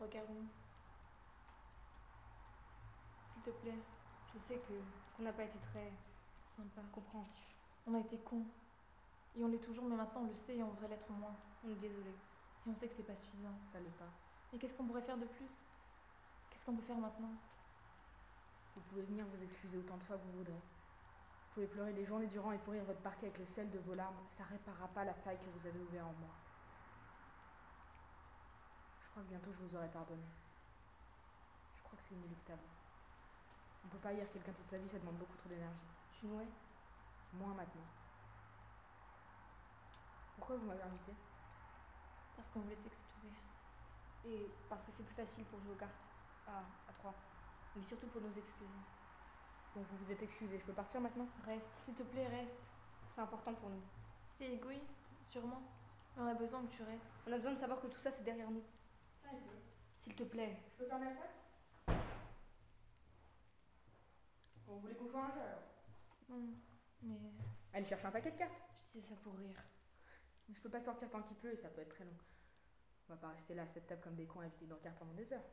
Regarde-nous. S'il te plaît. Je sais que qu'on n'a pas été très Sympa. compréhensif. On a été cons. Et on l'est toujours, mais maintenant on le sait et on devrait l'être moins. On est désolé. Et on sait que c'est pas suffisant. Ça l'est pas. Mais qu'est-ce qu'on pourrait faire de plus Qu'est-ce qu'on peut faire maintenant Vous pouvez venir vous excuser autant de fois que vous voudrez. Vous pouvez pleurer des journées durant et pourrir votre parquet avec le sel de vos larmes. Ça réparera pas la faille que vous avez ouverte en moi. Je crois que bientôt je vous aurai pardonné. Je crois que c'est inéluctable. On peut pas haïr quelqu'un toute sa vie, ça demande beaucoup trop d'énergie. Tu nouais Moins maintenant. Pourquoi vous m'avez invité Parce qu'on voulait s'excuser. Et parce que c'est plus facile pour jouer aux cartes. À, à 3. Mais surtout pour nous excuser. Bon, vous vous êtes excusé, je peux partir maintenant Reste. S'il te plaît, reste. C'est important pour nous. C'est égoïste, sûrement. Mais on a besoin que tu restes. On a besoin de savoir que tout ça, c'est derrière nous. S'il te plaît. Je peux fermer la salle Vous voulez qu'on joue à un jeu alors Non, mais. Allez, cherche un paquet de cartes Je disais ça pour rire. Mais Je peux pas sortir tant qu'il pleut et ça peut être très long. On va pas rester là à cette table comme des cons à éviter de regarder pendant des heures.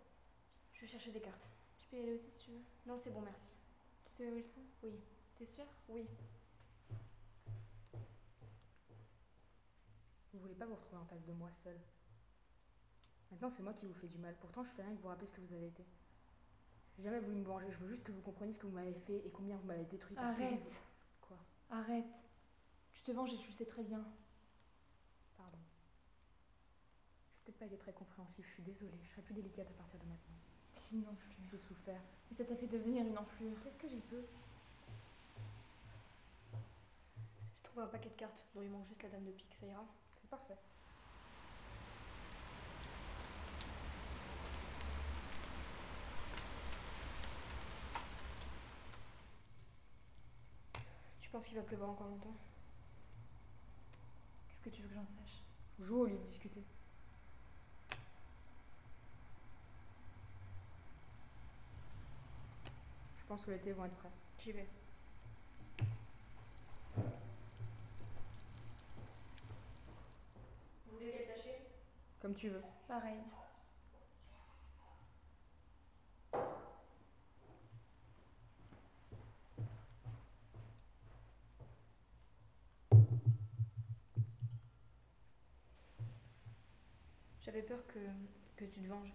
Je vais chercher des cartes. Je peux y aller aussi si tu veux. Non, c'est bon, merci. Tu sais où ils sont Oui. T'es sûre Oui. Vous voulez pas vous retrouver en face de moi seul. Maintenant, c'est moi qui vous fais du mal. Pourtant, je fais rien que vous rappeler ce que vous avez été. J'ai jamais voulu me venger. Je veux juste que vous compreniez ce que vous m'avez fait et combien vous m'avez détruit. parce que Arrête. vous- Quoi Arrête. Tu te venges et tu le sais très bien. Pardon. Je n'ai peut-être pas été très compréhensif. Je suis désolée. Je serai plus délicate à partir de maintenant. T'es une enflure. J'ai souffert. Et ça t'a fait devenir une enflure. Qu'est-ce que j'y peux J'ai trouvé un paquet de cartes dont il manque juste la dame de pique, ça ira. C'est parfait. Tu penses qu'il va pleuvoir encore longtemps Qu'est-ce que tu veux que j'en sache Joue au lieu de discuter. Je pense que l'été vont être prêts. J'y vais. Vous voulez qu'elle sachez Comme tu veux. Pareil. J'avais peur que, que tu te venges.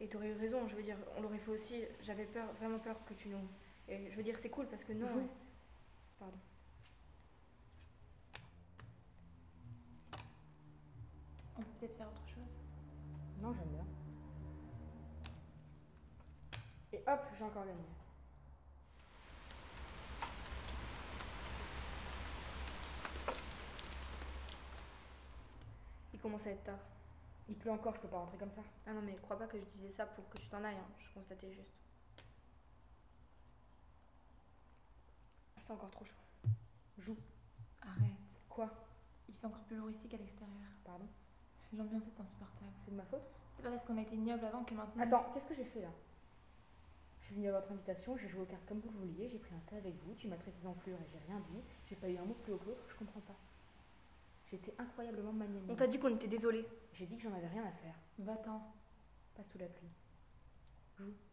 Et t'aurais eu raison, je veux dire, on l'aurait fait aussi. J'avais peur, vraiment peur que tu nous. Et je veux dire, c'est cool parce que non. Joue. Pardon. On peut peut-être faire autre chose. Non, j'aime bien. Et hop, j'ai encore gagné. Il commence à être tard. Il pleut encore, je peux pas rentrer comme ça. Ah non, mais crois pas que je disais ça pour que tu t'en ailles, hein. je constatais juste. Ah, C'est encore trop chaud. Joue. Arrête. Quoi Il fait encore plus lourd ici qu'à l'extérieur. Pardon L'ambiance est insupportable. C'est de ma faute C'est pas parce qu'on a été ignoble avant que maintenant. Attends, qu'est-ce que j'ai fait là Je suis venue à votre invitation, j'ai joué aux cartes comme vous le vouliez, j'ai pris un thé avec vous, tu m'as traité d'enflure et j'ai rien dit, j'ai pas eu un mot plus haut que l'autre, je comprends pas. J'étais incroyablement On magnanime. t'a dit qu'on était désolé. J'ai dit que j'en avais rien à faire. Va-t'en. Pas sous la pluie. Joue.